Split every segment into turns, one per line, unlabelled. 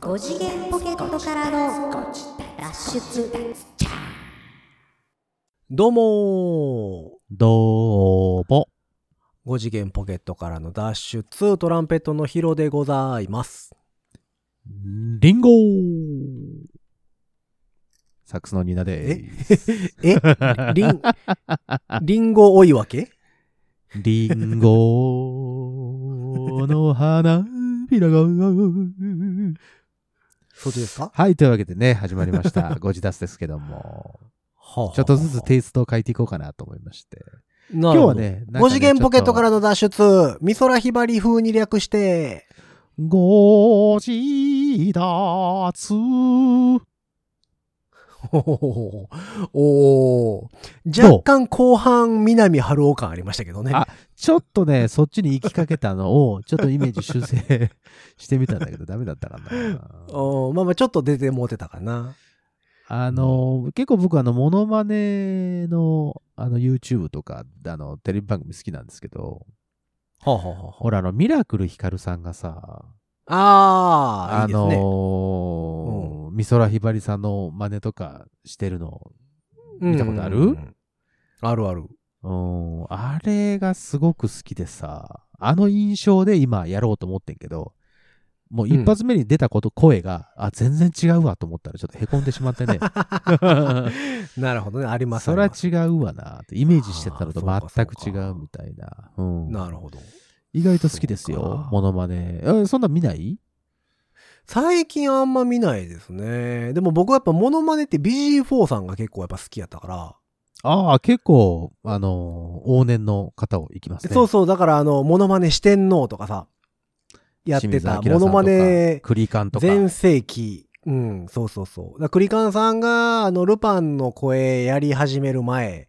5次元ポケットからの脱出
どうも
どうも。
ー5次元ポケットからの脱出トランペットのヒロでござい ます
リンゴサックスのニナです。
えリンリンゴ追いわけ
リンゴの花びらが。
そっちですか
はい、というわけでね、始まりま した。ご自立ですけど も。ちょっとずつテイストを変えていこうかなと思いまして。
今
今日はね、なんかね
5次元ポケットから。
ちょっ
の脱出美空ひばり風に略 して
とご自立。
おおおー若干後半南春夫感ありましたけどね
あちょっとね、そっちに行きかけたのを、ちょっとイメージ修正 してみたんだけど、ダメだったかな。
おーまあまあちょっと出てもうてたかな
あの、結構僕、あの、モノマネの、あの、YouTube とか、あの、テレビ番組好きなんですけど、
ほうほうほうほう
ほら、あの、ミラクルヒカルさんがさ、
ああい
あ
いですね
のー、美空ひばりさんの真似とかしてるの、見たことある
うんうんうんあるある
うん、あれがすごく好きでさ、あの印象で今やろうと思ってんけど、もう一発目に出たこと、声が、あ、全然違うわと思ったらちょっとへこんでし まってね。
なるほどね、あります。
それ
あ
は
ります
違うわなって、イメージしてたのと
あー
全く
そ
違
うかそうか
うみたいな。うん、
なるほど。
意外と好きです
そうか
よ、モノマネ。えそんなん見ない
最近あんま見ないですね。でも僕はやっぱモノマネって BG4 さんが結構やっぱ好きやったから。
ああ、結構、あのー往年の方を行きますね。
そうそう、だからあの、モノマネ四天王とかさ、やって
清
た、
水
モ
明さん
ノ
とか
マネ
クリカンとか。
全盛期。うん、そうそうそう。だからクリカンさんが、あの、ルパンの声やり始める前、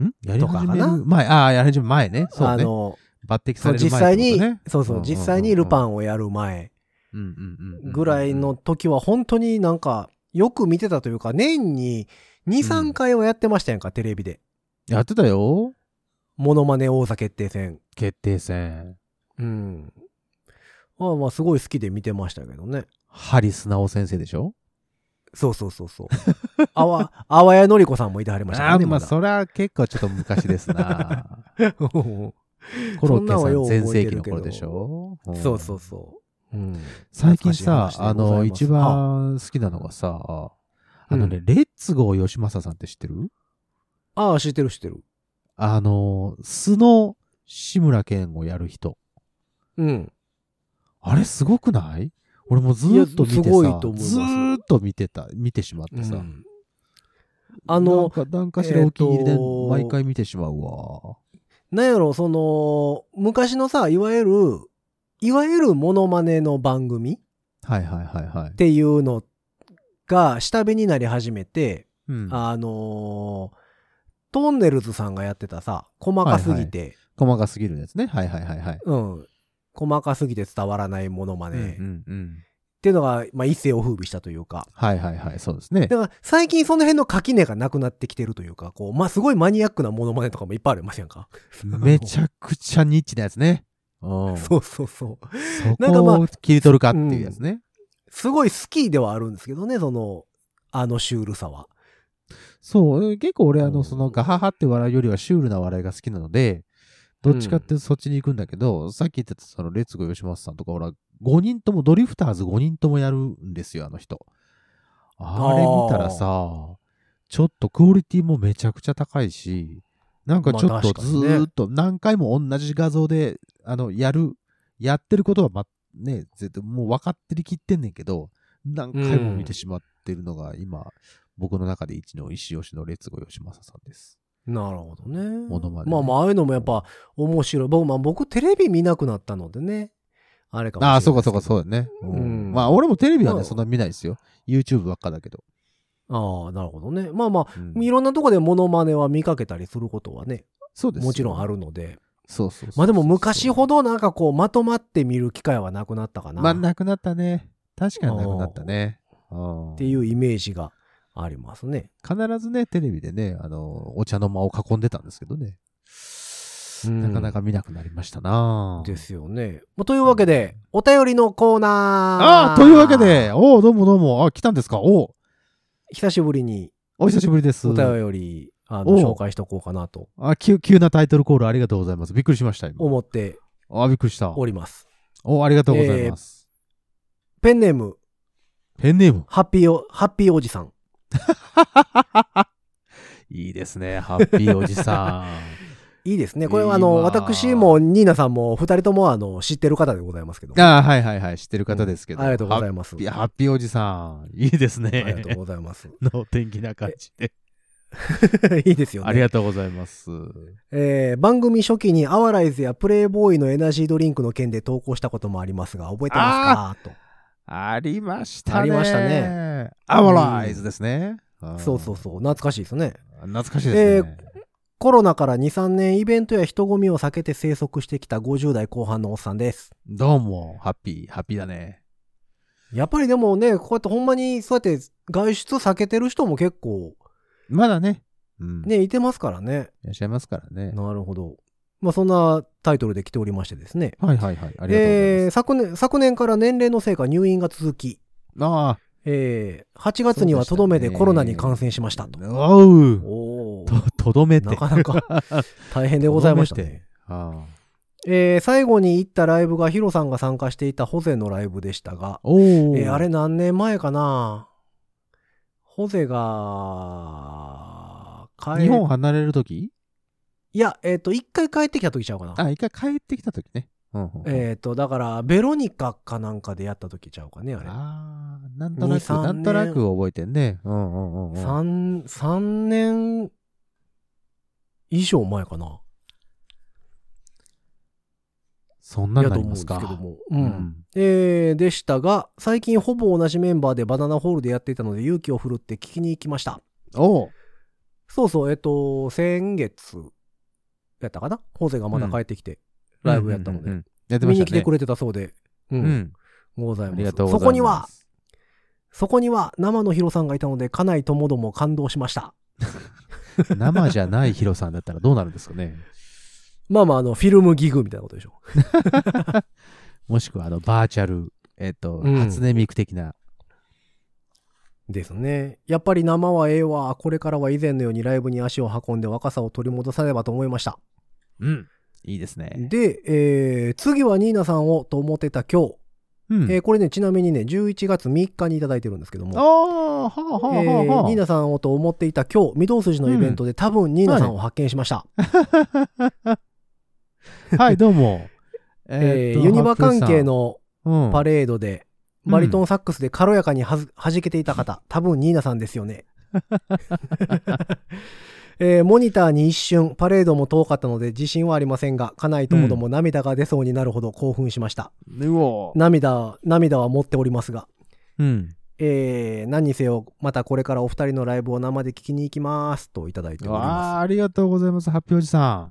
んやり
とか
始
か
め
な
る前、ああ、やり始める前ね。そう
あ
ね。
の、
抜擢
そ
さ
う
れる前
実際に、
ってことね
そうそう、
んんん
実際にルパンをやる前
うんうんうんうん
ぐらいの時は本当になんか、よく見てたというか、年に2、
う
3
ん
回はやってましたやんか、テレビで。
やってたよ。
モノマネ王座決定戦。
決定戦。
うん。まあまあ、すごい好きで見てましたけどね。
ハリスナオ先生でしょ
そうそうそう そう。あわ、あわやのりこさんもいてはりましたか
あ
ら
あ
ね。
ー、まあ、
だ
それは結構ちょっと昔ですな。 コロ
そん
ッ
なんはよう
ケさん全
覚えて
盛期
る
の
けど
頃でしょ、ん
そうそうそう。うん。
最近
懐
さ、
かしい話
あ
でござ
の、
います
一番好きなのがさ、あのね、レッツゴー吉正さんって知ってる
ああ、知ってる知ってる。
あの、素の志村けんをやる人。
うん。
あれすごくない俺もずーっと見て
い
さ、
やすごいと思います
ずーっと見てた、見てしまってさ。
うんあ
なん
の、
か、なんかしらお気に入り
え
で
ーと
毎回見てしまうわ。
なんやろ、その、昔のさ、いわゆる、いわゆるモノマネの番組
はいはいはいはい
っ。ていうのが下火になり始めて、
うん。
あのートンネルズさんがやってたさ、細かすぎて、
細かすぎるやつね。はいはいはいはい。
うん、細かすぎて伝わらないものまね、
う
っ
んうんうん。
ていうのが、まあ、一世を風靡したというか、
はいはいはい、そうですね
だ。から最近その辺の垣根がなくなってきてるというか、こう、まあ、すごいマニアックなものまねとかもいっぱいありませんか
めちゃくちゃニッチなやつね。う ん
そうそうそう。
そ
なんかまあ
こを切り取るかっていうやつね。
すごい好きではあるんですけどね、その、あのシュールさは。
そう、えー結構俺、あ
う
の、
ん
そのガハハって笑うよりはシュールな笑いが好きなので、どっちかっていうとそっちに行くんだけど、さっき言ってたその、レッツゴー吉松さんとか、ほら、5人とも、ドリフターズ5人ともやるんですよ、あの人。あれ見たらさ、ちょっとクオリティもめちゃくちゃ高いし、なんかちょ
まあ
っと
確か
ず
にね
ーっと何回も同じ画像で、あの、やる、やってることは、ま、ね、絶対もう分かってりきってんねんけど、何回も見てしまってるのが今、僕の中で一の石吉の列子吉正さんです。
なるほどね。
モノマネね
まあまあ、ああいうのもやっぱ面白い。僕、まあ僕、テレビ見なくなったのでね。あれかもしれない
ああ、
ですけ
そう
ど
かそうかそうだね。うん
うん
まあ俺もテレビは
まあ
ね、そんな見ないですよ。YouTube ばっかだけど。
ああ、なるほどね。まあまあ、
うん
いろんなとこでモノマネは見かけたりすることはね、
そうですよ
もちろんあ。るので。
そうそうそう
まあでも昔ほど
ど。
なんかこう、まとまって見る機会はなくなったかな。
まあなくなったね。確かになくなったね。っ
っていうイメージがありますね。
必ずね、テレビでね、あの、お茶の間を囲んでたんですけどね。なかなか見なくなりましたな
で。すよね。まあというわけで、お便りのコーナー。
ああ、というわけで、、おうどうもどうも、あ、来たんですかおう
久しぶりに
お久しぶりです
お。便り、あの、
お
紹介しておこうかなと
あ、急、急なタイトルコールありがとうございます。びっくりしました、今。
思って
あ、びっくりした。
おります。
お、ありがとうございます。
ペンネーム、
ペンネーム。
ハッピーお、ハッピーおじさん。
いいですね、ハッピーお じさ
いいですね。これ
い
は
いわ
あの、私もニーナさんも二人ともあの、知ってる方でございますけど。
ん。ああ、はいはいはい、知ってる方ですけど。
ありがとうござ
ま
います。
す。ハッピーおじさん。いいですね。
ありがとうございます。
の天気な感じで。
いいですよ
あり
ね。
がとうございます。
えー番組初期にアワライズやプレイボーイのエナジードリンクの件で投稿したこともありますが、覚えてますか
ありましたね。
ありましたね。
アワライズですね。
と。そうそうそう。懐かしいですね。
うん。懐かしいですね。
コロナから2、3年イベントや人混みを避けて生息してきた50代後半のおっさんです。
どうも、ハッピー、ハッピーだね。
やっぱりでもね、こうやってほんまにそうやって外出避けてる人も結構
まだね。うん。
ね、いてますからね。
いらっしゃいますからね。
なるほど。まあそんなタイトルで来ておりましてですね。
はいはいはい。ありがとうござい
え
ま
ー
す。
昨年、昨年から年齢のせいか入院が続き、
あ
えー8月にはとどめでコロナに感染しました
あ
と。。
おう
おー
と、とどめて。
な かなか大変でございました
とどめ
ね
て。ああ
えー最後に行ったライブがヒロさんが参加していたホゼのライブでしたが、
おー
えーあれ何年前かなホゼが、帰
日本離れるとき
いや、えっ、と、一回帰ってきた時ちゃうかな。
あ、一回帰ってきたときね。うんうんうん
えっ、と、だから、ベロニカかなんかでやった時ちゃうかね、あれ。
ああ、なんとな
二
く、
三
なんとなく覚えてんね。うんうんうんうん。
三、三年以上前かな。
そんな
や
にな
と
り
思うん
ま
ですすけ
か。
ども。うん。えーでしたが、最近ほぼ同じメンバーでバナナホールでやっていたので勇気を振るって聞きに行きました。
おう
そうそう、えっ、と、先月やったかなホゼがまだ帰ってきて、ライブやったの
うんうんう
で、
んやってま
見
し
に
たね。
来てくれてたそうで、う、
うんん。
ござい
あ
ます。
りがとうございます。
そこには、、そこには生のヒロさんがいたので、家内ともども感動しました。
生じゃないヒロさんだったらどうなるんですかね。
まあまあ、あの、フィルムギグみたいなことでしょ。
もしくは、あの、バーチャル、えっと、
うん
初音ミク的な。
ですね。やっぱり生はええわ。これからは以前のようにライブに足を運んで若さを取り戻さねばと思いました。
うん。いいですね。
で、えー次はニーナさんをと思ってた今日。
うん
えーこれね、ちなみにね、11月3日にいただいてるんですけど
あ
も。
あ、はあはあ
え
はあ
ー
は
ニーナさんをと思っていた今日、御堂筋のイベントで多分ニーナさんを発見しました。
あ。はい、どうも。
え
っ
ー
と
ユニバ
ハッピー
関
さん
係の
うん
パレードで、
うん
バリトンサックスで軽やかにはず弾けていた 方、多分ニーナさんですよね。 えーモニターに一瞬、パレードも遠かったので自信はありませんが、家内ともども涙が出そうになるほど興奮しました。
うお
涙、涙は持っておりますが、
うん。
えー何にせよ、またこれからお二人のライブを生で聞きに行きますといただいており
わ
ま
あ、ありがとうございます、ハッピーおじさん。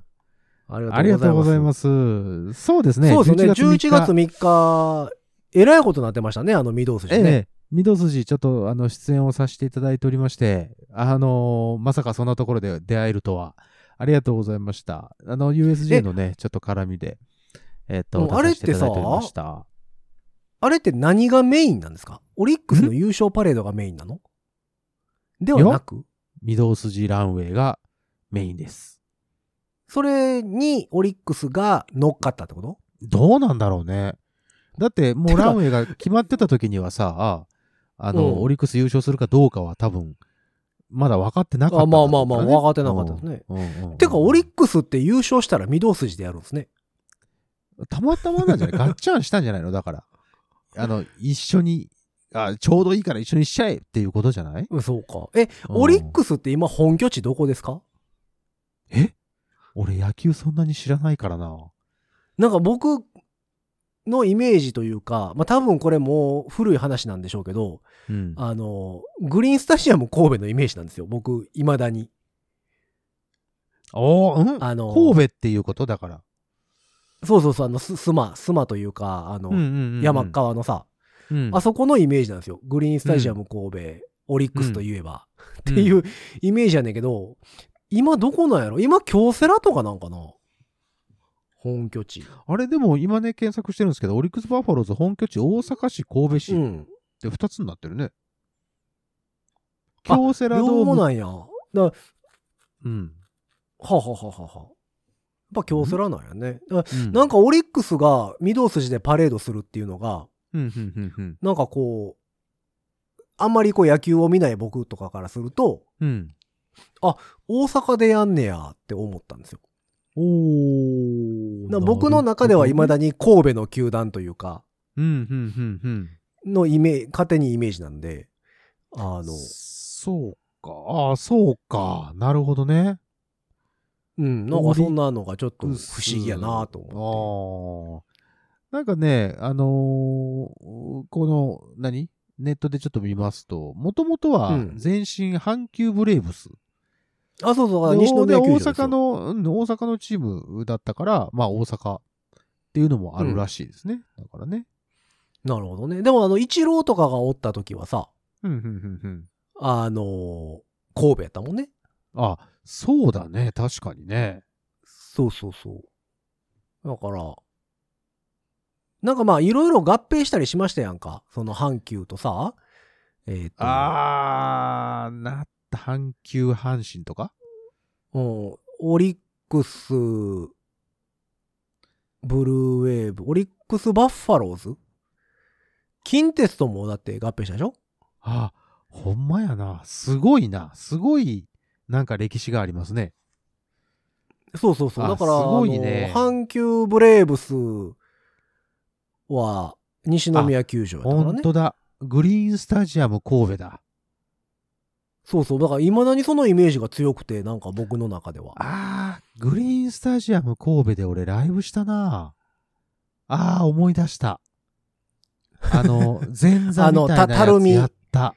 す。あり。
ありがとうございますす。そうですね。
そうですね、
11
11月
月3日。
3日、えらいことになってましたね、あの御堂筋ね。
ええ、御堂筋、ちょっと、あの、出演をさせていただいておりまして、あのーまさかそんなところで出会えるとは、ありがとうございました。あの、USJ のね、ちょっと絡みで、えっと、
もうあれ
出させていただいておりました。
あれって何がメインなんですかオリックスの優勝パレードがメインなのではなく、
御堂筋ランウェイがメインです。
それにオリックスが乗っかったってこと
どうなんだろうね。だって、も
て
う
か
ランウェイが決まってた時にはさ、あの、
うん
オリックス優勝するかどうかは多分、まだ分かってなかったんだろうから
あ
ね、
まあまあまあ分かってなかったですね
うん。うんうんうん
てか、オリックスって優勝したら御堂筋でやるんですね。
たまたまなんじゃないガッチャンしたんじゃないのだから。あの、一緒に、あ、ちょうどいいから一緒にしちゃえっていうことじゃない
うん、そうか。え、
うん
オリックスって今本拠地どこですか
え俺野球そんなに知らないからな。
なんか僕のイメージというか、まあ多分これもう古い話なんでしょうけど、
うん。
あの、グリーンスタジアム神戸のイメージなんですよ。僕、未だに。
おーうん、
あの、
神戸っていうことだから。
そうそうそう、あの、すスマ、スマというか、あの、
うんうんうんうん
山っ、川のさ、
うん
あそこのイメージなんですよ。グリーンスタジアム神戸、オリックスといえば、っていうイメージやねんけど、今どこなんやろ今京セラとかなんかな本拠地。
あれでも今ね、検索してるんですけど、オリックス・バファローズ本拠地大阪市、神戸市
う
っ
ん。
て2つになってるね。
あ
京セラド
両
ー
方
ム。
なんや。だはあ
うん。
はあはあはあはあ。やっぱ京セラなんやね。だ
うん
なんかオリックスが御堂筋でパレードするっていうのが、
うんうんうんうん
なんかこう、あんまりこう野球を見ない僕とかからすると、
うん。
大阪でやんねやって思ったんですよ。
お
な僕の中ではいまだ
に。
に神戸の球団というか、
うんうんうんうん。
のイメージ、勝手にイメージなんで、あの、
そうか。ああ、そうか。なるほどね。
うん、なんかそんなのがちょっと不思議やなと思っ
思って。ああ。なんかね、あのーこの、何ネットでちょっと見ますと、もともと
う
は
ん
全身阪急ブレーブス。
て。あ、そうそう、
で
西宮球
で
場
大
です
阪
よ。
の、うん大阪のチームだったから、まあ大阪っていうのもあるらしいですね。だからね。
なるほどね。でもあの、イチローとかがおった時はさ、
うん、うん、うん、うん。
あの、神戸やったもんね。
あ、そうだね。確かにね。
そうそうそう。だから、なんかまあ、いろいろ合併したりしましたやんか。その阪急とさ、えっ、と、
あー、なった。阪急阪神とか
うん、オリックス、ブルーウェーブ、オリックス・バッファローズキンテストもだって合併したでしょ
あ、ほんまやな。すごいな。すごい、なんか歴史がありますね。
そうそうそう。
あ
だから、
すごいね
あの阪急ブレーブスは西宮球場やったから
ほん
ね。
とだ。グリーンスタジアム神戸だ。
そうそう。だから、未だにそのイメージが強くて、なんか僕の中では。
あー、グリーンスタジアム神戸で俺ライブしたな。あー、思い出した。あの、前座みたいな
あのたたる
やつ
み
やった。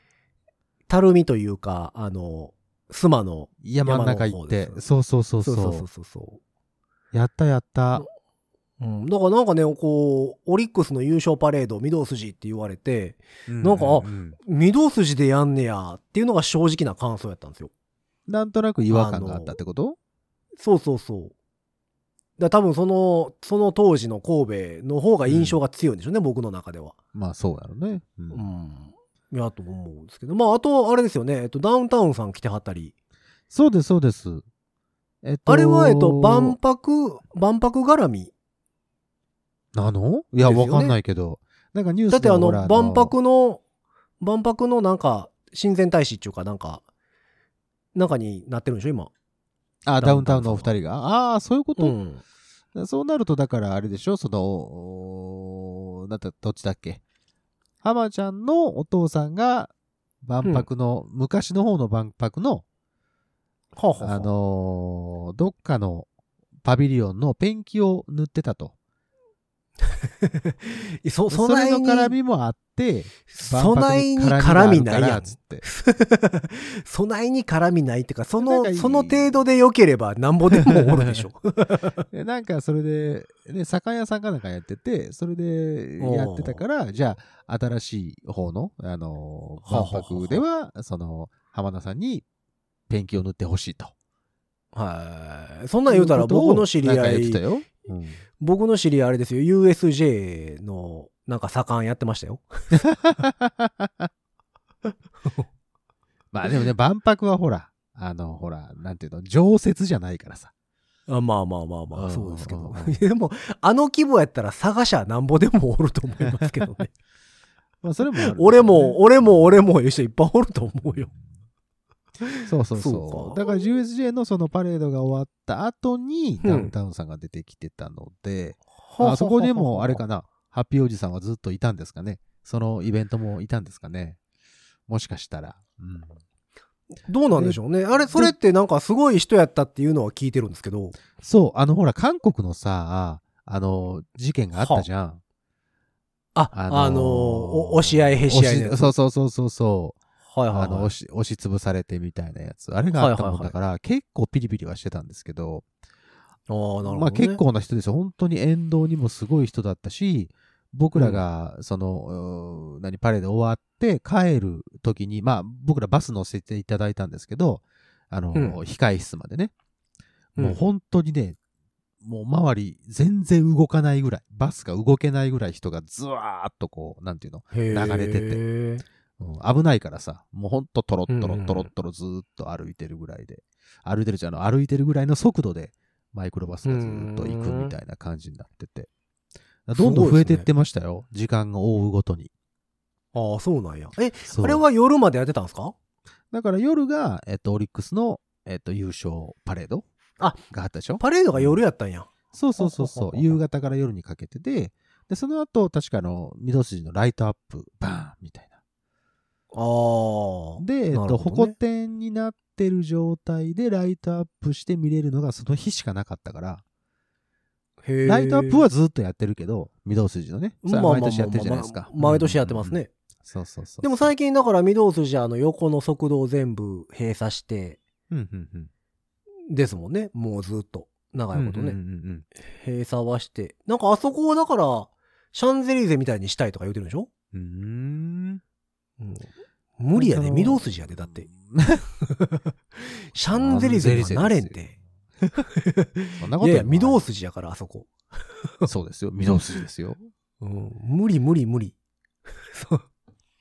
たるみというか、あの、スマの。
山の中行って
山の方。です
そうそうそう
そ
そうう
そうそうそうそ
やったやった。
う。うん。だからなんかね、こう、オリックスの優勝パレード、御堂筋って言われて、
な
かあ御堂筋でやんねやっていうのが正直な感想やったんですよ。
なんとなく違和感があったってこと
そうそうそう。だから多分その、その当時の神戸の方が印象が強いんでしょうね、僕の中では。
まあそうやろね。うん
うん。いや、と思うんですけど。まあ、あと、あれですよね、えっと、ダウンタウンさん来てはったり。
そうです、そうです。えっと
あれは、えっと、万博、万博絡み。
なのいや、
ですよね
わかんないけど。なんかニュース
だってあの
ほら、
万博の、万博のなんか、親善大使っていうか、なんか、中になってるんでしょ、今。
あ、
ダ
ダ
ウ
ウ
ン
ン
タ
タ
ウ
ウ
ンさ
ン
ん
のお二人が。ああー、そういうこ
う
と、
ん。
そうなると、だからあれでしょその、おーなんだ、どっちだっけ浜ちゃんのお父さんが、万博の、昔の方の万博の、
はあ、はあはあ
あのーどっかのパビリオンのペンキを塗ってたと。
いそ、
そ
そない
れの
に、
絡みもあって、
そないに絡みないや ん
つ。って。
そないに絡みないっていうか、そ
なん
の、
かいい
その程度で良ければなんぼでもおるで しょ。
でなんかそれで、ね、酒屋さんかなんかやってて、それでやってたから、じゃあ、新しい方の、あのー、
はあは
万
あはあ
博では、その、浜田さんにペンキを塗ってほしいと。
はい。そんなん言うたら
ということを
僕の知り
なんか
合
言ってた
い、
よ。うん
僕の知り合いあれですよ、USJ のなんか盛んやってましたよ。
まあでもね、万博はほら、あの、ほら、なんていうの、常設じゃないからさ。
あまあまあまあまあ、そうですけ
う
ど
んうんうん。
でも、あの規模やったら探しゃなんぼでもおると思います けどね。
まあそれもあるんだけどね、
俺も、俺も、俺もいう人いっぱいおると思うよ。
そうそうそう。
そうか
だから USJ のそのパレードが終わった後に、
うん
ダウンタウンさんが出てきてたので、あそこでもあれかな、ハッピーおじさんはずっといたんですかね。そのイベントもいたんですかね。もしかしたら。うん、
どうなんでしょうね。あれ、それってなんかすごい人やったっていうのは聞いてるんですけど。
そう、あのほら、韓国のさ、あの、事件があったじゃん。
あ、
あ
あ
の
の
ー
お押し合い、へし合いのや
押
つ。
しそうそうそうそうそう。
はいはい、はい。
あの押し、押し潰されてみたいなやつ。あれがあったもんだから、結構ピリピリはしてたんですけど、
あーなるほど、ね。
まあ結構な人ですよ。本当に沿道にもすごい人だったし、僕らが、その、うー何、パレード終わって帰る時に、まあ僕らバス乗せていただいたんですけど、あの、
うん
控え室までね。
うん
もう本当にね、もう周り全然動かないぐらい、バスが動けないぐらい人がずわーっとこう、なんていうの、
流
れてて
て。
うん危ないからさ、もうほんとトロット
うん
ロ
うん
トロットロずーっと歩いてるぐらいで、歩いてるじゃん、あの歩いてるぐらいの速度でマイクロバスがずーっと行くみたいな感じになってて。だからどんどん増えてってましたよ、時間が追うごとに。
ああ、そうなんや。え、
そう
あれは夜までやってたんですか
だから夜が、えっと、オリックスの、えっと、優勝パレード
あ
があったでしょ
パレードが夜やったんや。
そうそうそ
ほ
うそ
ほほ
う。
ほ
夕方から夜にかけてで、で、その後、確かあの、御堂筋のライトアップ、バーンみたいな。
ああ。
で、えっ
なる
と、
ほ
ホ
ど
コ
ね
天になってる状態でライトアップして見れるのがその日しかなかったから、
へえ
ライトアップはずっとやってるけど、御堂筋のね、それは毎年やってるじゃないですか
まあ。まあまあ毎年やってます
うんうんうん。
ね。
そうそうそう。
でも
最
最近だから御堂筋あの横の側道全部閉鎖して
うんうんうん。
ですもんね。もうずっと。長いことね。
うんうんうんうん
閉鎖はして。なんかあそこをだから、シャンゼリーゼみたいにしたいとか言うてるんでしょ、
うーん。
うん、無理やで、
その
御堂筋やで、だって。。シャンゼリーゼにはなれんて。
そんなこ
い
と
やいや、
御
御堂筋やから、あそこ。
そうですよ。御堂筋ですよ。
うん、無理無理無理。そう。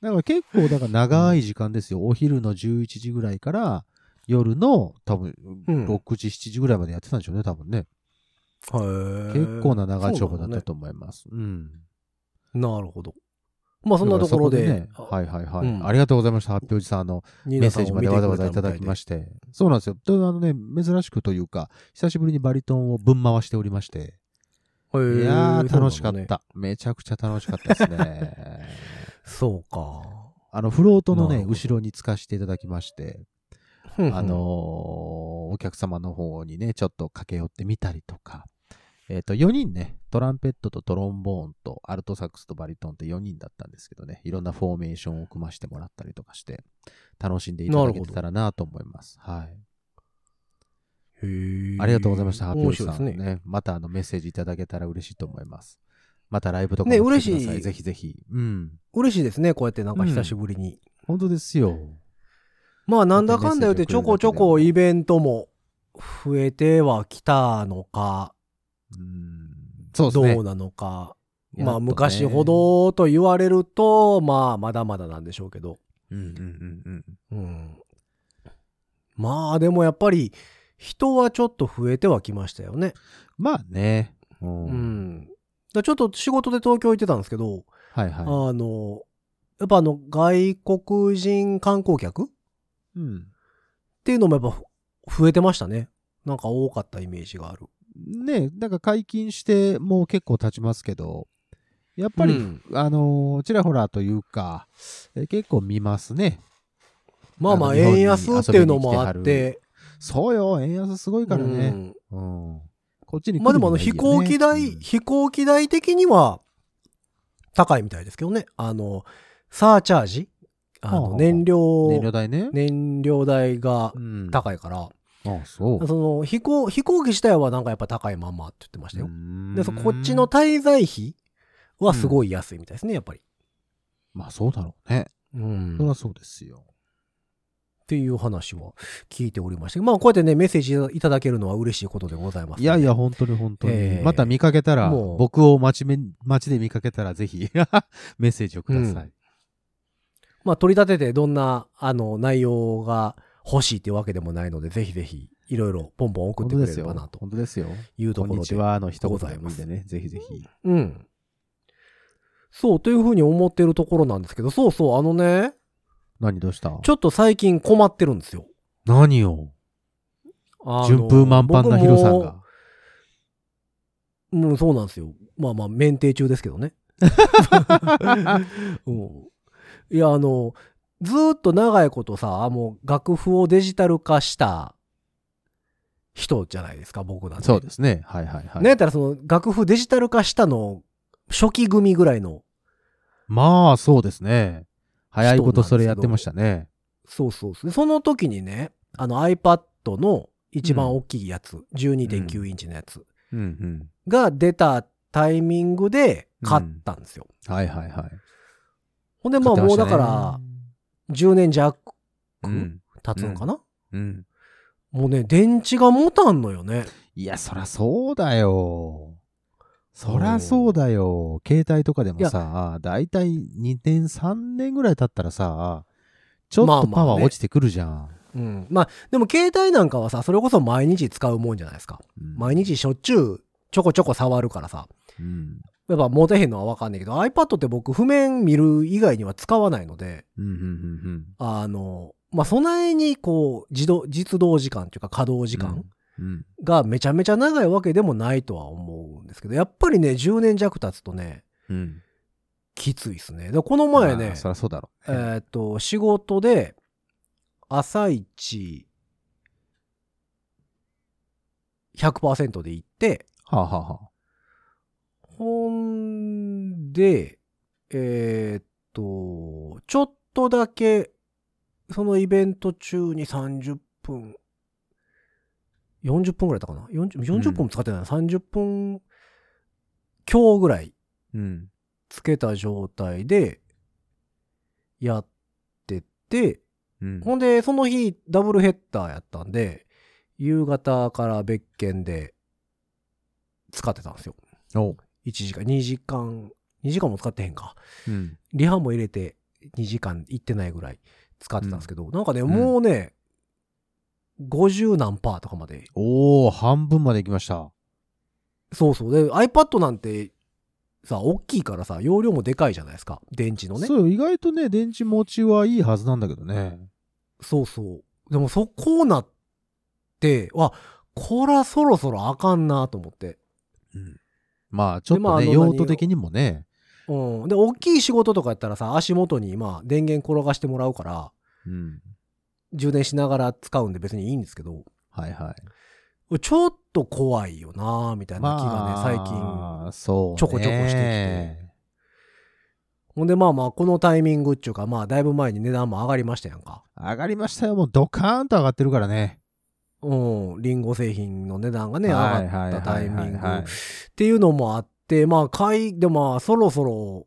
だから結構、だから長い時間ですよ。お昼の11時ぐらいから、夜の多分、
うん
6時、7時ぐらいまでやってたんでしょうね、多分ね。
へえ
結構な長丁場
そ
だ
うな
った
のね
と思います。うん。
なるほど。まあそんなところ
だ
で
からそ、こねはいはいはい、
うん
ありがとうございました。発表おじさん、あの、
メ
メッセージまでわざわざいただきまして。そうなんですよ。とあのね、珍しくというか、久しぶりにバリトンをぶん回しておりまして。
た。へ
い
え
やー、楽しか
そ
っ
うなのね
た、めちゃくちゃ楽しかったですね。
そうか。
あの、フロートの
な
ね、
るほど
後ろにつかしていただきまして、
ふんふん
あのー、お客様の方にね、ちょっと駆け寄ってみたりとか、えっ、と、4人ね、トランペットとトロンボーンとアルトサックスとバリトンって4人だったんですけどね、いろんなフォーメーションを組ましてもらったりとかして、楽しんでいただけてたらなと思います。はい。
へえ
ありがとうございました、ハッピ
面
ー
白い
さ
です
ん。
ね。
ね、またあのメッセージいただけたら嬉しいと思います。またライブとかも
ね
来てください。
嬉しい
ぜひぜひ。うん。
嬉しいですね、こうやってなんか久しぶりに。
本当ですよ。
まあなんだかんだ言ってちょこちょこイベントも増えてはきたのか、
うん。そうですね。
どうなのか。
やっとね
まあ昔ほどと言われると、まあまだまだなんでしょうけど。
うんうんうんうん。
うん。まあでもやっぱり人はちょっと増えてはきましたよね。
まあね。う。
うんん。だからちょっと仕事で東京行ってたんですけど、
はいはい。
あの、やっぱあの外国人観光客っ
うん。
ていうのもやっぱふ増えてましたね。なんか多かったイメージがある。
ねなんか解禁してもう結構経ちますけど、やっぱり、
うん
あのーちらほらというか、え結構見ますね。
まあま
あ
あ
の日本に
円安っていうのもあっ
遊びに来
て、
そうよ、円安すごいから
う
ね。
ん
うん。こっちに来る
まあでもあの
にはいい
飛
よね
行機代、
うん
飛行機代的には高いみたいですけどね。あの、サーチャージあ
はあは
の
あ
燃料、
燃料代ね。
燃料代が
うん。
高いから、
あ、そう。
その飛行、飛行機自体はなんかやっぱ高いまんまって言ってましたよ。で、そ
うん
こっちの滞在費はすごい安いみたいですね、やっぱり。
まあそうだろうね。
うん
そりゃそうですよ。
っていう話は聞いておりましたけどまあこうやってね、メッセージいただけるのは嬉しいことでございます、
いやいや、、本当に本当に。
ええ
また見かけたら、
もう
僕を街め街で見かけたら、ぜひ メッセージをください。
まあ取り立ててどんな、あの、内容が欲しいっていうわけでもないので、ぜひぜひ、いろいろポンポン送っ
本
て
当
く
で
れ
す
れば
よ
な。と
本当ですよ。
いうと
こ
ころで。
んにちはの一言でもいいんでね、ぜひぜひ。
うん。そう、というふうに思ってるところなんですけど、そうそう、あのね、
何どうした
ちょっと最近困ってるんですよ。
何を
あの
順風満帆なヒロさん
僕
が。
も。うん、そうなんですよ。まあまあ、免停中ですけどね。うん、いや、あの、ずーっと長いことさ、もう楽譜をデジタル化した人じゃないですか、僕なんて。
そうですね。はいはいはい。
なんやったらその楽譜デジタル化したの初期組ぐらいの、
まあ、そうですね。早いことそれやってましたね。
そうそうそう。その時にね、あの iPad の一番大きいやつ、12.9インチのやつ
うんうん。
が出たタイミングで買ったんですよ。
はいはいはい。
ほんでまあ
買って
もう
ました
だ
ね
から10年弱
うん。
経つのかな、
うん。
もうね、電池が持たんのよね。
いや、そらそうだよ。そらそうだよ。携帯とかでもさ、だいたい2年、3年ぐらい経ったらさ、ちょ
まあ
っと
まあ
パワー
ね
落ちてくるじゃん。
うん。まあ、でも携帯なんかはさ、それこそ毎日使うもんじゃないですか。
うん
毎日しょっちゅうちょこちょこ触るからさ。
うん。
やっぱ持てへんのはわかんないけど、iPad って僕譜面見る以外には使わないので、
うん、うん、うん、うん。
あの、まあ、備えにこう、自動、実動時間というか稼働時間
うん。
がめちゃめちゃ長いわけでもないとは思うんですけど、やっぱりね、10年弱経つとね、
うん。
きついですね。で、この前
ま
ね
あ、そらそうだろ
え
うね。
ーっと、仕事で、朝一100%で行って、
はあ、はあはあ、
ほんで、えーっと、ちょっとだけ、そのイベント中に30分、40分ぐらいだったかな ?40, 40分も使ってないな、30分強ぐらい
うん。
つけた状態で、やってて、
うん。
ほんで、その日、ダブルヘッダーやったんで、夕方から別件で使ってたんですよ。
おう
1時間、2時間、2時間も使ってへんか。
うん。
リハも入れて2時間行ってないぐらい使ってたんですけど、なんかね、
ん
もうね、50何パーとかまで。
おー、半分まで行きました。
そうそう。で、iPad なんてさ、大きいからさ、容量もでかいじゃないですか。電池のね。
そう、意外とね、電池持ちはいいはずなんだけどね。
そうそう。でもそこうなって、わ、こらそろそろあかんなと思って。
まあ、ちょっ
でまあ
と
あ
ね、
の
用途的にもね。
うん。で、大きい仕事とかやったらさ、足元にまあ電源転がしてもらうから、
うん。
充電しながら使うんで別にいいんですけど、
はいはい。
ちょっと怖いよなみたいな気がね、最近。
最近、そう、ね。
ちょこちょこしてきてほんでまあまあ、このタイミングっちゅうか、まあ、だいぶ前に値段も上がりましたやんか。
上がりましたよ。もうドカーンと上がってるからね。
うん、リンゴ製品の値段がね、上
は
が
いはいはいはい
ったタイミング
はい
っていうのもあって、まあ、買い、でまあ、そろそろ、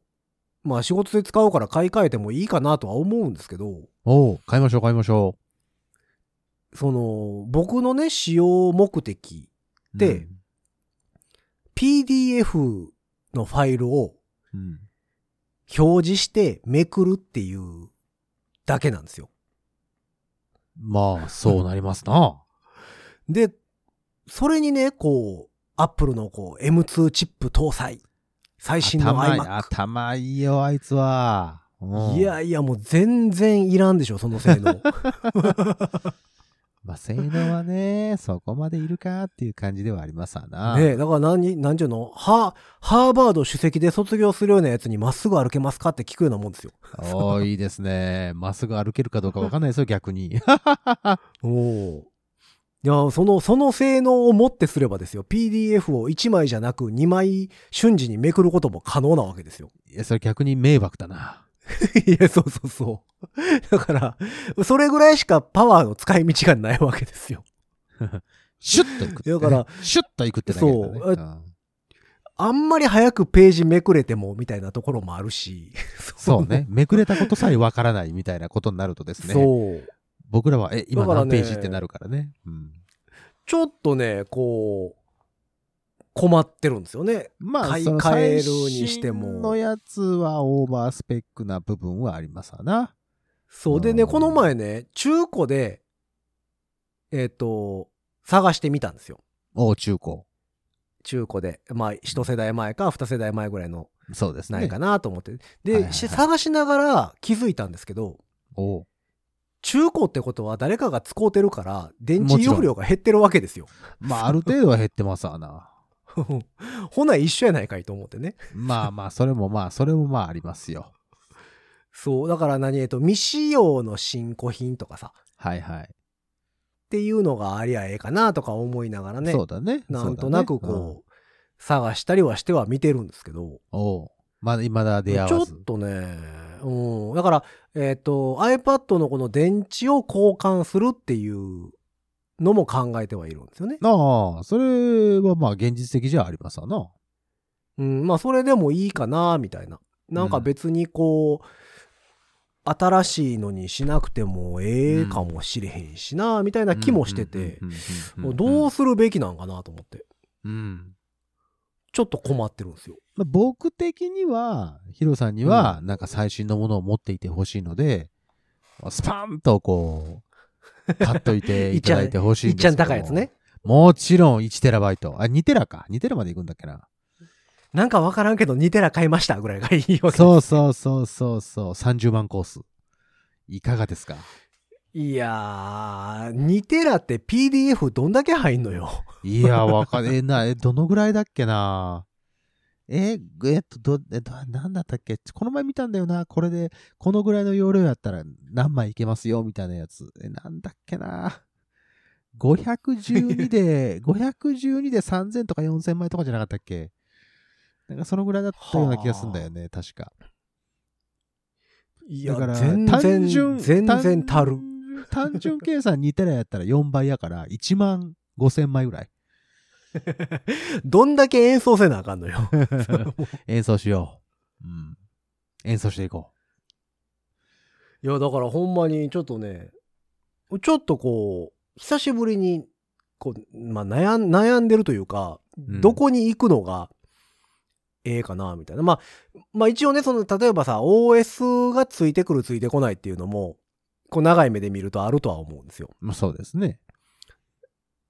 まあ、仕事で使うから買い替えてもいいかなとは思うんですけど、
おう、買いましょう買いましょ
その、僕のね、使用目的、
う。
で、PDF のファイルを
うん、うん。
表示してめくるっていうだけなんですよ。
まあ、そうなりますな。
で、それにね、こう、アップルのこう M2 チップ搭載。最新の
頭いい
iMac。
頭いいよ、あいつは。うん
いやいや、もう全然いらんでしょ、その性 能。
まあ、性能はね、 そこまでいるかっていう感じではありますわな。
ねえだから何、何ちゅうのハー、ハーバード首席で卒業するようなやつにまっすぐ歩けますかって聞くようなもんですよ。
おーいいですね。まっすぐ歩けるかどうかわかんないですよ、逆に。
おお。いや、その、その性能をもってすればですよ、PDF を1枚じゃなく2枚瞬時にめくることも可能なわけですよ。
いや、それ逆に迷惑だな。
いや、そうそうそう。だから、それぐらいしかパワーの使い道がないわけですよ。
シュッと行くってね、
だから
シュッと行くってだけだからね。
そうあんまり早くページめくれても、みたいなところもあるし。
そうね。めくれたことさえわからないみたいなことになるとですね。
そう。
僕らは、え、今
だから
何
ね
ページってなるからね。うん、
ちょっとね、こう、困ってるんですよね。
ま
買い
その
替えるにしても
最新のやつはオーバースペックな部分はありますわな。
そう。でね、
うん
この前ね、中古で、えっ、と、探してみたんですよ。
お中古。
中古で。まあ、一世代前か二世代前ぐらいの
そうですね。
ないかなと思って。で、
はいはいはい
し探しながら気づいたんですけど、
お
中古ってことは誰かが使うてるから、電
も
池
ちろん
容量が減ってるわけですよ。
まあ、ある程度は減ってますわ な。
ほな一緒やないかいと思ってね。
まあまあ、それもまあ、それもまあありますよ。
そう。だから何、えっと、未使用の新古品とかさ、っ
はいはい。
ていうのがありゃええかなとか思いながらね、
そうだね。
なんとなくこう、探したりはしては見てるんですけど、
うだね。うんおうまだ、未だ
ち
出会
ょ
わ
っ
ず。
とね、うん。だから、えっ、と、iPad のこの電池を交換するっていうのも考えてはいるんですよね。
ああ、それはまあ現実的じゃありますわな。
うん、まあそれでもいいかなみたいな。なんか別にこう、新しいのにしなくてもええかもしれへんしな、みたいな気もしてて、
うんうんうん
も
う
うんどうするべきなんかなと思って、
うん
ちょっと困ってるんですよ。
まあ僕的には、ヒロさんには、なんか最新のものを持っていてほしいので、スパンとこう、買っといていただいてほし い
い
ん
っ
です
ち
け
ゃ
ど
ん高いやつね。。
もちろん 1TB。あ、2TB か。2TB まで行くんだっけな。
なんかわからんけど2テラ買いましたぐらいがいいわけ。
そうそうそうそうそう。30万コース。いかがですか
いやー、2テラって PDF どんだけ入んのよ。
いや、わかんえな、え、どのぐらいだっけな。え、えっと、ど、えっと、なんだったっけこの前見たんだよな。これで、このぐらいの容量やったら何枚いけますよ、みたいなやつ。え、なんだっけな。512で、512で3000とか4000枚とかじゃなかったっけなんかそのぐらいだったような気がするんだよね、確か。
いや
だから、、
全
単
然、
純、
全然足る。
単。単純計算2テラやったら4倍やから、1万5000枚ぐらい。
どんだけ演奏せなあかんのよ。
演奏しよう。うん。演奏していこ
いや、だからほんまにちょっとね、ちょっとこう、久しぶりに、こう、まあ悩ん、悩んでるというか、
ん
どこに行くのが、ええかな、みたいな。まあ、まあ一応ね、その、例えばさ、OS がついてくる、ついてこないっていうのも、こう長い目で見るとあるとは思うんですよ。
う。まあ、そうですね。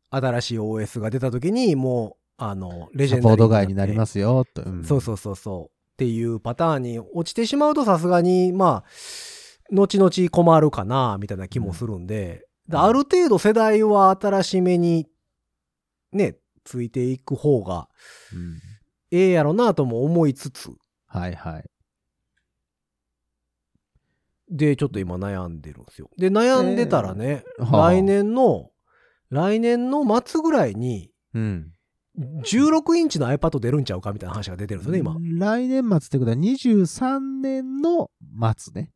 新しい OS が出た時に、もう、あの、レジェ
サ
ンダ
ポー
リー。
ト外になりますすよ、と。うん
そうそうそうそう。っていうパターンに落ちてしまうとさすがに、まあ、後々困るかな、みたいな気もするんで、
うん
である程度世代は新しめに、ね、ついていく方が
うん
ええやろなとも思いつつ、
はいはい。
で、ちょっと今悩んでるんですよ。で、悩んでたらね、
えーはあ
来年の、来年の末ぐらいに、
うん。
16インチの iPad 出るんちゃうかみたいな話が出てるんですよね、今。
来年末ってことは23年の末ね。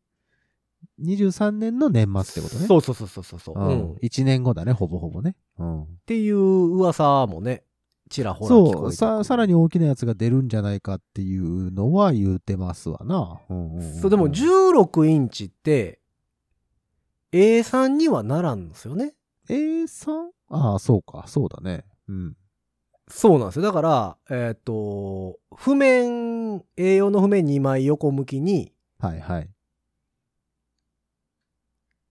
23年の年末ってことね。。
そううそうそうそうそうそう、うんっ
1年後だね、ほぼほぼね。うん。
ていう噂もね、ちらほら聞こえてく
そう
る
さ、さらに大きなやつが出るんじゃないかっていうのは言うてますわな。うんんん
そう、でも16インチって、A3 にはならんですよね。
A3? ああ、そうか、そうだね。うん。
そうなんですよ。だから、えっ、と、譜面、A4 の譜面2枚横向きに、
はいはい。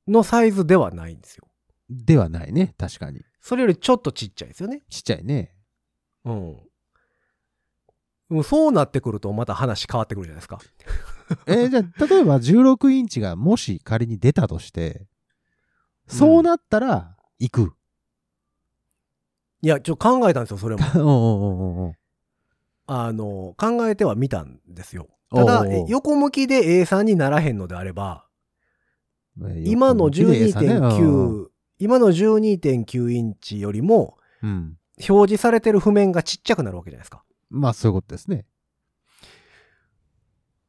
のサイズではないんですよ。
ではないね、確かに。
それよりちょっとちっちゃいですよね。
ちっちゃいね。
うん。もうそうなってくるとまた話変わってくるじゃないですか。
えーじゃあ、 例えば16インチがもし仮に出たとして、そうなったら行く。
いや、ちょっと考えたんですよ、そ れも。
うん、うんうんうんうん。
あの、考えてはみたんですよ。ただ、
おうおう
え横向きで A3 にならへんのであれば、
えー
今の。
横向きで A3 ね
12.9、今の12.9インチよりも、
うんうん。
表示されてる譜面がちっちゃくなるわけじゃないですか。
まあ、そういうことですね。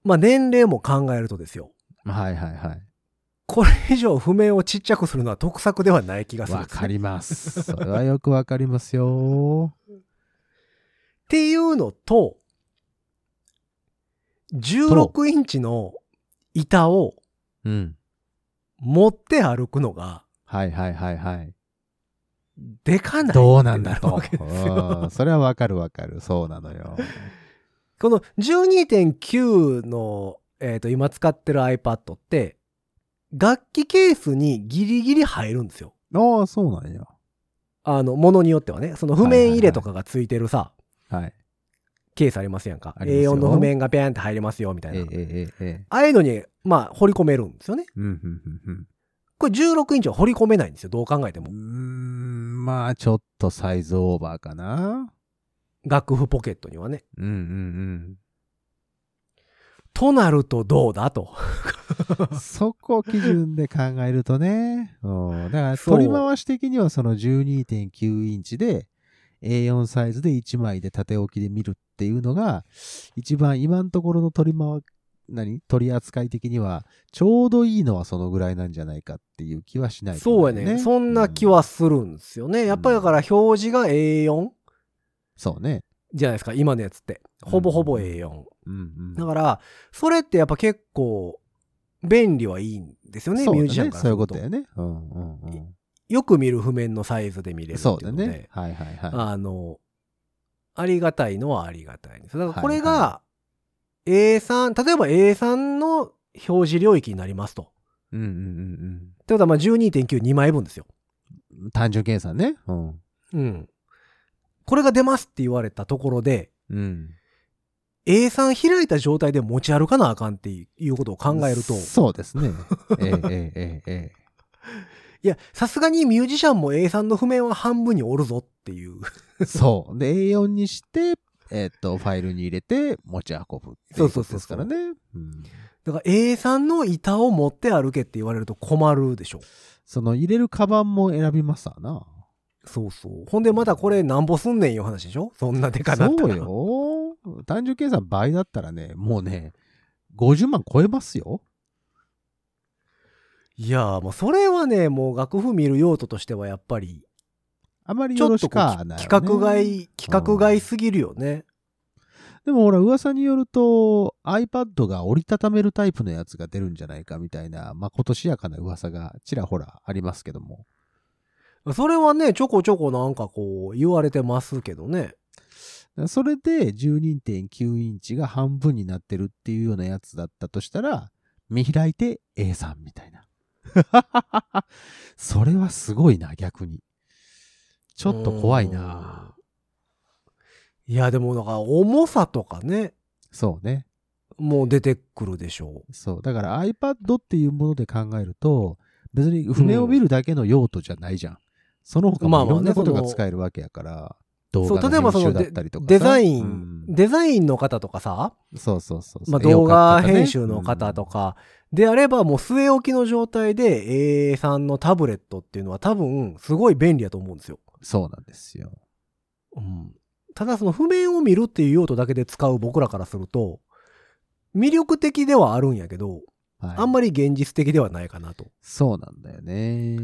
まあ、年齢も考えるとですよ。
はい はいはい。
これ以上譜面をちっちゃくするのは得策ではない気がするん
わ
ですね
かります。それはよくわかりますよ。
っていうのと、16インチの板を
うん。
持って歩くのが、
はいはいはいはい。
でかない
どうなんだ
ってる
と
わけですよ
うん。それはわかるわかる。そうなのよ。
この12.9の、えー、と今使ってる iPad って、楽器ケースにギリギリ入るんですよ。
ああ、そうなんや。
あの、ものによってはね、その譜面入れとかがついてるさ、
はい。
ケースありますやんか。
ありますよ
A4 の譜面がペーンって入れますよ、みたい
え
な。
えええええ。
ああいうのに、まあ、掘り込めるんですよね。
うん、うん、うん、うん。
これ16インチは掘り込めないんですよ、どう考えて
う
も
ー。ん、まあ、ちょっとサイズオーバーかな。
楽譜ポケットにはね。
うんうん
となるとどうだと。
うん。そこを基準で考えるとね。うんだから、
そう
取り回し的にはその12.9インチで、A4 サイズで1枚で縦置きで見るっていうのが、一番今のところの取り回、何取り扱い的には、ちょうどいいのはそのぐらいなんじゃないかっていう気はしないでも
そう
な
や
い、
ね。そんな気はするんですよね。やっぱりだから表示が A4
そうね。
じゃないですか、今のやつって。ほぼほぼ A4。
うんうん。
だから、それってやっぱ結構、便利はいいんですよね、
そう
ミ
だ
ュージシャンからす
そうい
る
うこととやね。うんうんうん
よく見る譜面のサイズで見れるってい
そううだ
ので
ね。はいはいは
あのありがたいのはありがたいんですだからこれ
はい
が A3 例えば A3 の表示領域になりますとっ
い。うんうんうん
てことはまあ12.92枚分ですよ、
うん。単純計算ね。うん。
うん、これが出ますって言われたところで
うん。
A3 開いた状態で持ち歩かなあかんっていうことを考えると
そうですね。 えええええ
いやさすがにミュージシャンも A3 の譜面は半分におるぞっていう
え。そう。で、A4 にして、えっと、ファイルに入れて持ち運ぶ。
そうそうそうそう
ですからね。うん
だから A3 の板を持って歩けって言われると困るでしょ
その入れるカバンも選びますわな。
そうそう。ほんでまたこれなんぼすんねんいう話でしょそんなでかなった
そ
ら
う。よ。単純計算倍だったらね、もうね、50万超えますよ。
いやーもうそれはね、もう楽譜見る用途としてはやっぱり、
あまり
ち
よ
ょ
ろ
っとこ
し
う
かない、
規格。外、規格外すぎるよね。
でもほら、噂によると iPad が折りたためるタイプのやつが出るんじゃないかみたいな、まあ、今年やかな噂がちらほらありますけども。
それはね、ちょこちょこなんかこう言われてますけどね。
それで12.9インチが半分になってるっていうようなやつだったとしたら、見開いて A さんみたいな。 それはすごいな、逆に。ちょっと怖いな。
うん。いやでもだから重さとかね、
そうね。
もう出てくるでしょう。
そう。だから iPad っていうもので考えると、別に譜面を見るだけの用途じゃないじゃん。その他
ま
も
あまあね
いろんなこと
そ
が
の
使えるわけやから、
そ
動
う
画
例え
の
ばそ
編
の
集だっ
デ
たりとかさ
デザイン、
うん
デザインの方とかさ、
そうそうそうそう。
まあ、
絵を
動
描く方
画
ね
編集の方と、かであればもう据え置きの状態で A さんのタブレットっていうのは多分すごい便利だと思うんですよ。
うんそうなんですよ。
ただその譜面を見るっていう用途だけで使う僕らからすると魅力的ではあるんやけど
はい、
あんまり現実的ではないかなと。
そうなんだよね。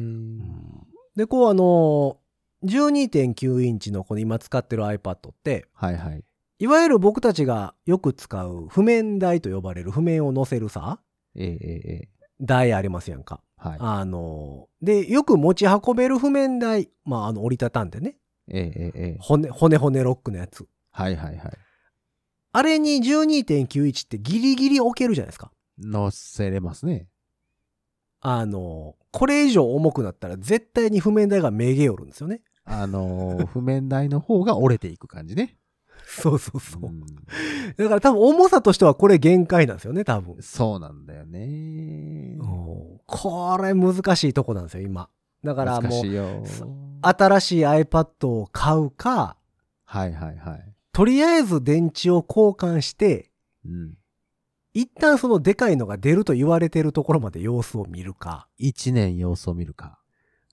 でこうあの12.9インチのこの今使ってる iPad って
はいはい。
いわゆる僕たちがよく使う譜面台と呼ばれる譜面を載せるさ
ええええ
台ありますやんか。
はい。
あの、で、よく持ち運べる譜面台、まあ、あの、折りたたんでね、
ええええええ
骨、骨骨ロックのやつ。
はいはいはい。
あれに12.91ってギリギリ置けるじゃないですか。
載せれますね。
あの、これ以上重くなったら絶対に譜面台がめげよるんですよね。
あのー 譜面台の方が折れていく感じね。
そうそうそう。
ん
だから多分重さとしてはこれ限界なんですよね、多分。
そうなんだよね。
うんこれ難しいとこなんですよ、今。だから
難
も
し
う、
いよ。
新しい iPad を買うか、
はいはいはい。
とりあえず電池を交換して、
うん。
一旦そのでかいのが出ると言われてるところまで様子を見るか。
一年様子を見るか。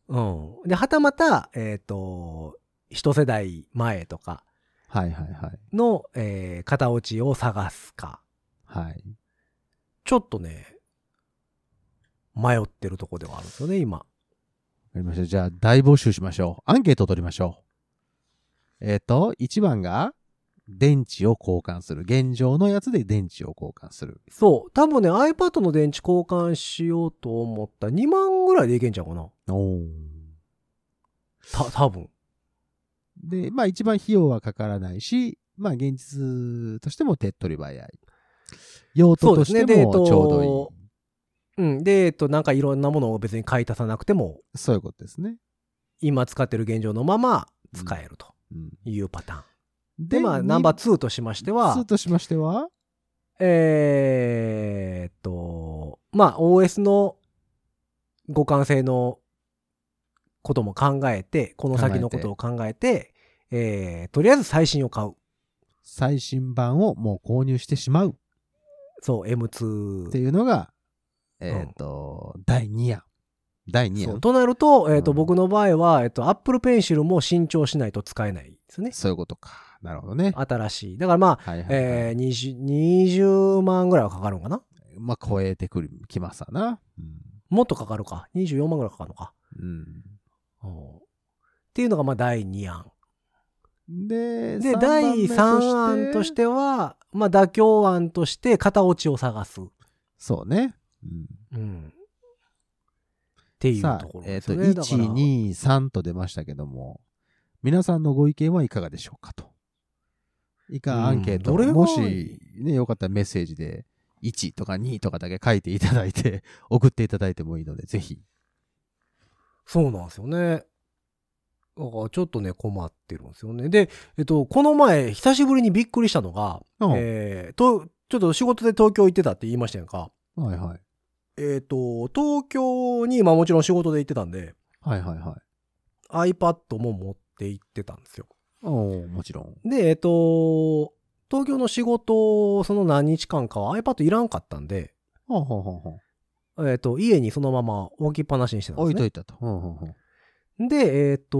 うん。で、はたまた、えっ、と、一世代前とか
はいはいはい。
の、えー、型落ちを探すか。
はい。
ちょっとね、迷ってるとこではあるんですよね、今。
わかりました。じゃあ、大募集しましょう。アンケートを取りましょう。えっ、と、1番が、電池を交換する。現状のやつで電池を交換する。
そう。多分ね、iPad の電池交換しようと思った2万ぐらいでいけんちゃうかな。
お
た、多分。
で、まあ一番費用はかからないし、まあ現実としても手っ取り早い。用途として
そうですねでえっ
も
と
ちょうどいい。そう,、
うん。で、えっ、と、なんかいろんなものを別に買い足さなくても、
いうことですね。
今使ってる現状のまま使えると
うん、
いうパターン。
で
で、まあ、ナンバー2としまして
ツー
は、
としましては、
えーっと、まあ、OS の互換性のことも考えて、この先のことを考えて、えーとりあえず最新を買う。
最新版をもう購入してしまう
そう、
って
M2。
いうのが、えっ、と、第2案。第2
そ
案
う。となると、えーっと、
うん
僕の場合は、えーっと、Apple Pencil も新調しないと使えないですね。
そういうことか。なるほどね。
新しい。だからまあ、
はいはい、はい
えー、20, 20万ぐらいはかかるのかな
まあ、超えてくる、きますわな。
もっとかかるか。24万ぐらいかかるのか。
うん。
うんっていうのが、まあ、第2案。
うん、で、
で、
三
第
番目
3案としては、まあ、妥協案として、型落ちを探す。
そうね。うん
うん。っていう
さ
と
あ
ころ、で
えっ
す
と
ねだから
1、2、3と出ましたけども、皆さんのご意見はいかがでしょうかと。以
うん
下アンケート、
どれが
もし、ね、よかったらメッセージで1とか2とかだけ書いていただいて、 送っていただいてもいいので、ぜひ。
そうなんですよね。だからちょっとね、困ってるんですよね。で、えっと、この前、久しぶりにびっくりしたのが、
うん
えーと、ちょっと仕事で東京行ってたって言いましたやんか。
はいはい。
えっ、と、東京に、まあもちろん仕事で行ってたんで、
はいはいはい。
iPad も持って行ってたんですよ。
おーもちろん。
で、えっ、と、東京の仕事、その何日間かは iPad いらんかったんで、
ほうほうほうほう
えっ、と、家にそのまま置きっぱなしにしてたん
置
です
いと
ね。
いたと。ほうほうほう
で、えっ、と、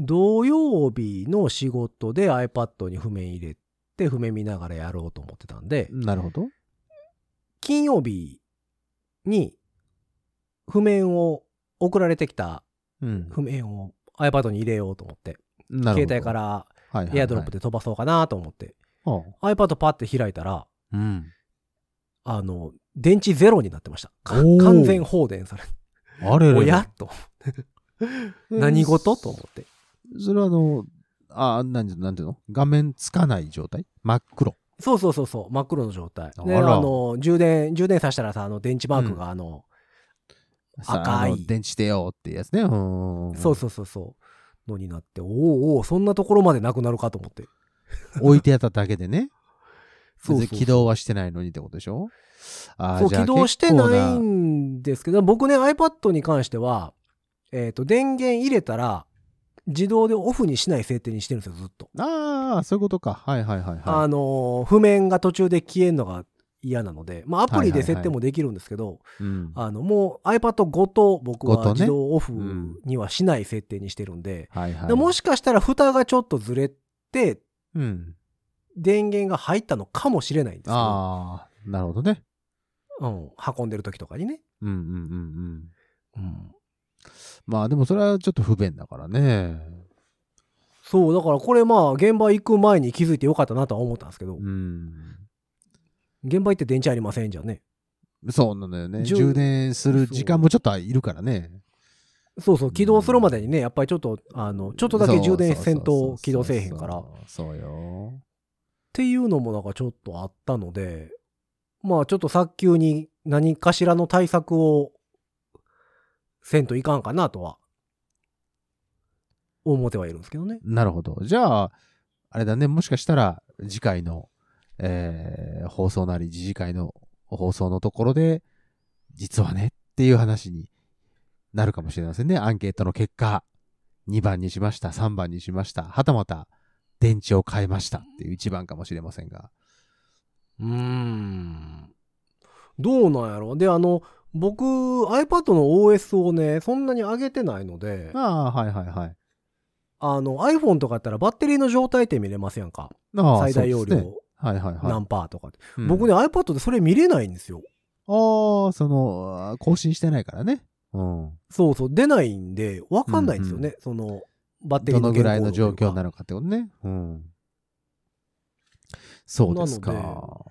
土曜日の仕事で iPad に譜面入れて、譜面見ながらやろうと思ってたんで、
なるほど。
金曜日に譜面を送られてきた
うん。
譜面を iPad に入れようと思って、
なる
携
ほど。
帯から
はいはいはい、
エアドロップで飛ばそうかなと思って、
ほ
iPad パッて開いたら、
う。うん。
あの、電池ゼロになってました。か
おー
完全放電されて。
あれれれ
おやと。何事と
うん
思って。
それはあの、あ、なんてなんていうの画面つかない状態真っ黒。
そうそうそうそう、真っ黒の状態。で、
あ
あ
ら
の、充電、充電させたらさ、あの、電池マークが、あの、
さ
赤い
あの電池でよってやつね。うん。
そうそうそうそう、のになって、おおおーそんなところまでなくなるかと思って。
置いてあっただけでね。
そうそう
別に起動はしてないのにってことでしょあ
そう、
じゃあ
起動して
結
ない
構
んですけど、僕ね、iPad に関しては、えっ、と、電源入れたら、自動でオフにしない設定にしてるんですよ、ずっと。
なああ、そういうことか。はいはいはい
あ
は
のー譜面が途中で消えるのが嫌なので、まあ、アプリで設定もできるんですけど、
い。うん。
あのもう iPad ごと僕
ご
は
とね
自動オフ
うん
にはしない設定にしてるんで、
はいはい。
でもしかしたら蓋がちょっとずれて
うん。
電源が入ったのかもしれないんですけど、
ああ、なるほどね。
うん、運んでる時とかにね、
うんうんうんうん。
うん、
まあでもそれはちょっと不便だからね。
そうだからこれまあ現場行く前に気づいてよかったなとは思ったんですけど、
うん。
現場行って電池ありませんじゃんね
そうなのよね。
充
充電する時間もちょっといるからね。
そうそう起動するまでにねやっぱりちょっとあのちょっとだけ充電せんと起動せえへんから
そうそうそうそう。そうよ。
っていうのもなんかちょっとあったので、まあちょっと早急に何かしらの対策をせんといかんかなとは思ってはいるんですけどね。
なるほど。じゃあ、あれだね、もしかしたら次回の、えー放送なり、次次回の放送のところで、実はねっていう話になるかもしれませんね。アンケートの結果、2番にしました、3番にしました、はたまた電池を変えましたっていう1番かもしれませんが。
うーん。どうなんやろで、あの、僕 iPad の OS をね、そんなに上げてないので、
ああ、はいはいはい。
あの iPhone とかやったらバッテリーの状態って見れますやんか。
ああ
最大容。
そうですね
量
はいはいは
何パーとかって。
い。
僕
ね
ね iPad でそれ見れないんですよ。
ああ、その、更新してないからね。うん。
そうそう、出ないんで、わかんないんですよね。その、バッテリ
ど
ーの
のぐらいの
原
状
稿量と
況
か
なのかってことね。うん。そうです
な
か
の。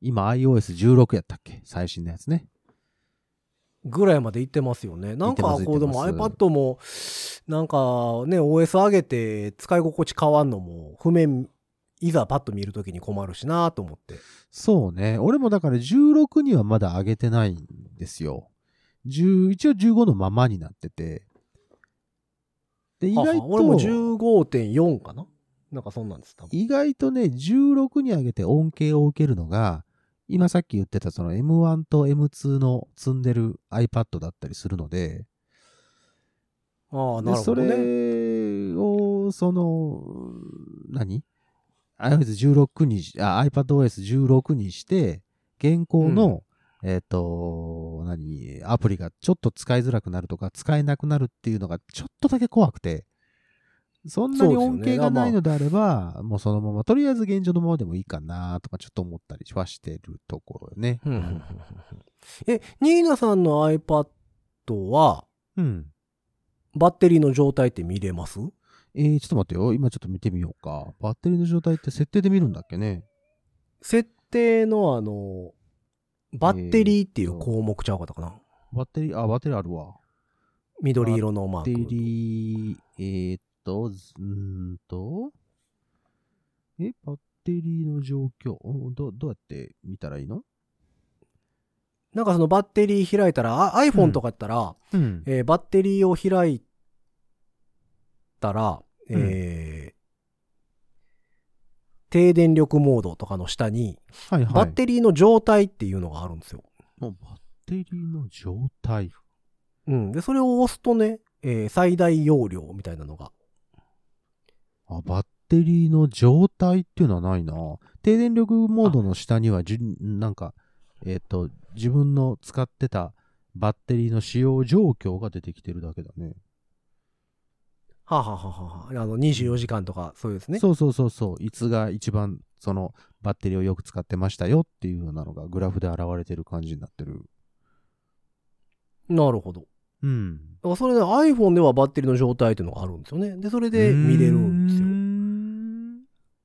今 iOS16 やったっけ最新のやつね。
ぐらいまで行ってますよね。なんか、
行ってます
こう、でも
行ってます
iPad も、なんかね、OS 上げて使い心地変わんのも、譜面、いざパッと見るときに困るしなと思って。
そうね。俺もだから16にはまだ上げてないんですよ。10一応15のままになってて。で、意外
はは俺も
と、
15.4かななんかそんなんです、多分。
意外とね、16に上げて恩恵を受けるのが、今さっき言ってたその M1 と M2 の積んでる iPad だったりするので、
ああ、
で
なるほ
そ
どね。
れを、その、何 ?iOS16 にし、あ、iPadOS16 にして、現行の、えっ、と、何アプリがちょっと使いづらくなるとか、使えなくなるっていうのがちょっとだけ怖くて、そんな
そ
に
うですよね
恩恵がないのであれば、もうそのまま、とりあえず現状のままでもいいかなとか、ちょっと思ったりはしてるところよね。
うんうんうん うんうんえ、ニーナさんの iPad は、
うん。
バッテリーの状態って見れます
えー、ちょっと待ってよ。今ちょっと見てみようか。バッテリーの状態って設定で見るんだっけね。
設定のあの、バッテリーっていう項目ちゃうかったかな。
バッテリー、あ、バッテリーあるわ。
緑色のマー
バッ
ク。
テリー、えー、っと、ずうーんと、え、バッテリーの状況、うんどどうやって見たらいいの
なんかそのバッテリー開いたら、あ iPhone とかやったら、
うん。
えーバッテリーを開いたら、えー低電力モードとかの下に、
はいはい。
バッテリーの状態っていうのがあるんですよ。
もうバッテリーの状態。
うん。で、それを押すとね、えー最大容量みたいなのが。
あ、バッテリーの状態っていうのはないな。低電力モードの下にはじゅ、なんか、えっ、と、自分の使ってたバッテリーの使用状況が出てきてるだけだね。
はあ、はあはあはあ、あの24時間とか、そうですね。
そうそうそうそう。いつが一番、その、バッテリーをよく使ってましたよっていうようなのがグラフで現れてる感じになってる。
なるほど。
うん。
だからそれね、iPhone ではバッテリーの状態っていうのがあるんですよね。で、それで見れるんですよ。
すよ。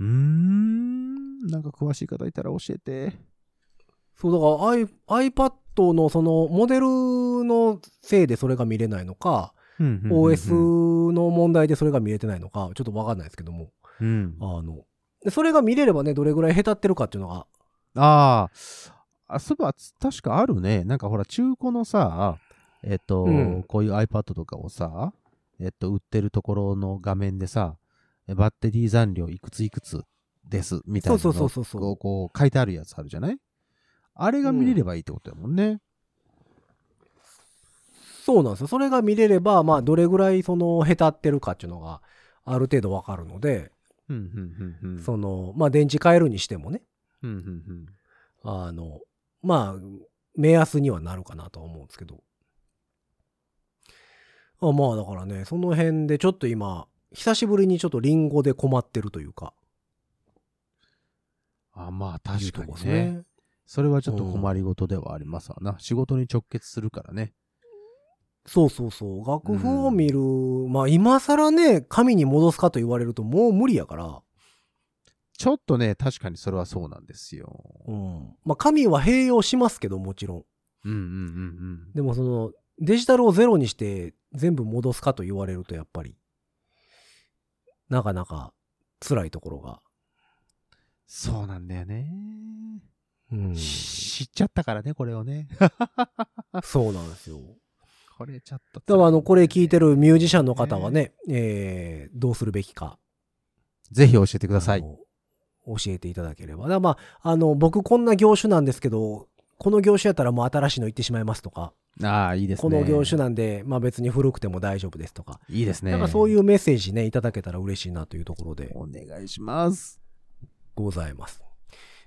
うーん。なんか詳しい方いたら教えて。
そう、だから i- iPad のそのモデルのせいでそれが見れないのか、
うんうんうんうん
OS の問題でそれが見れてないのか、ちょっとわかんないですけども、
うん、
あの、でそれが見れればね、どれぐらい下手ってるかっていうのが、
ああ、あ、そういえば、つ確かあるね。なんかほら、中古のさ、えっと、
うん
こういう iPad とかをさ、えっと、売ってるところの画面でさ、えバッテリー残量いくついくつです、みたいなの
そうそうそうそうそう
こう、こう書いてあるやつあるじゃないあれが見れればいいってことだもんね。
そうなんですよ。それが見れれば、まあ、どれぐらいその下手ってるかっていうのが、ある程度わかるので、
うん、うん、うん、うん。
その、まあ、電池変えるにしてもね、
うん、うん、うん。
あの、まあ、目安にはなるかなとは思うんですけど。あまあ、だからね、その辺でちょっと今、久しぶりにちょっとリンゴで困ってるというか、
あ、まあ、
いう
確
と
か
こ
に
です
ね。
ね。
それはちょっと困りごとではありますわな。仕事に直結するからね。
そうそうそう。楽譜を見る、まあ今更ね、紙に戻すかと言われるともう無理やから、
ちょっとね、確かにそれはそうなんですよ。
うん。まあ紙は併用しますけどもちろん。
うんうんうん
でもその、デジタルをゼロにして全部戻すかと言われるとやっぱり、なかなか辛いところが。
そうなんだよね、
うん
し知っちゃったからね、これをね。
そうなんですよ。
これちょっと。
だからあの、これ聞いて。るミュージシャンの方はね、えーどうするべきか。
ぜひ教えてください
あ。の教えていただければ。だからまあ、あの、僕こんな業種なんですけど、この業種やったらもう新しいの行ってしまいますとか、
ああ、いいですね。
この業種なんで、まあ別に古くても大丈夫ですとか、
いいですね。。
なんかそういううメッセージね、いただけたら嬉しいなというところで
お願いします。
ございます。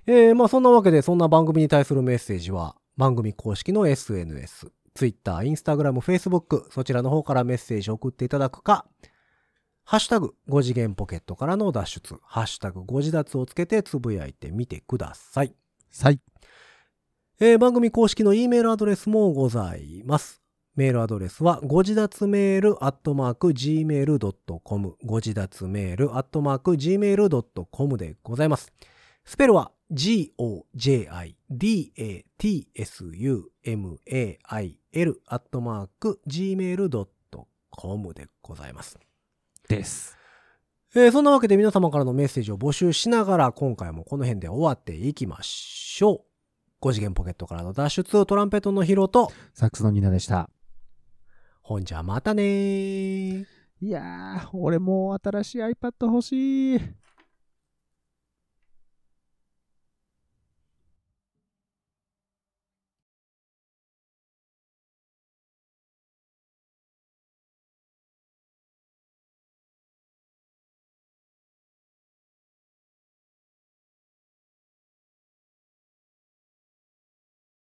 えー、まあそんなわけで、そんな番組に対するメッセージは、番組公式の SNS、Twitter、Instagram、Facebook、そちらの方からメッセージを送っていただくか、ハッシュタグ、5次元ポケットからの脱出、ハッシュタグ、5次脱をつけてつぶやいてみてください。
さい。
えー番組公式の E メールアドレスもございます。メールアドレスは、ご自立メールアットマーク gmail.com、ご自立メールアットマーク gmail.com でございます。スペルは、g-o-j-i-d-a-t-s-u-m-a-i-l アットマーク gmail.com でございます。
です。
えーそんなわけで皆様からのメッセージを募集しながら、今回もこの辺で終わっていきましょう。5次元ポケットからの脱出、トランペットのヒロと、
サックスのニーナでした。
ほんじゃまたねー。
いやー、俺もう新しい iPad 欲しい。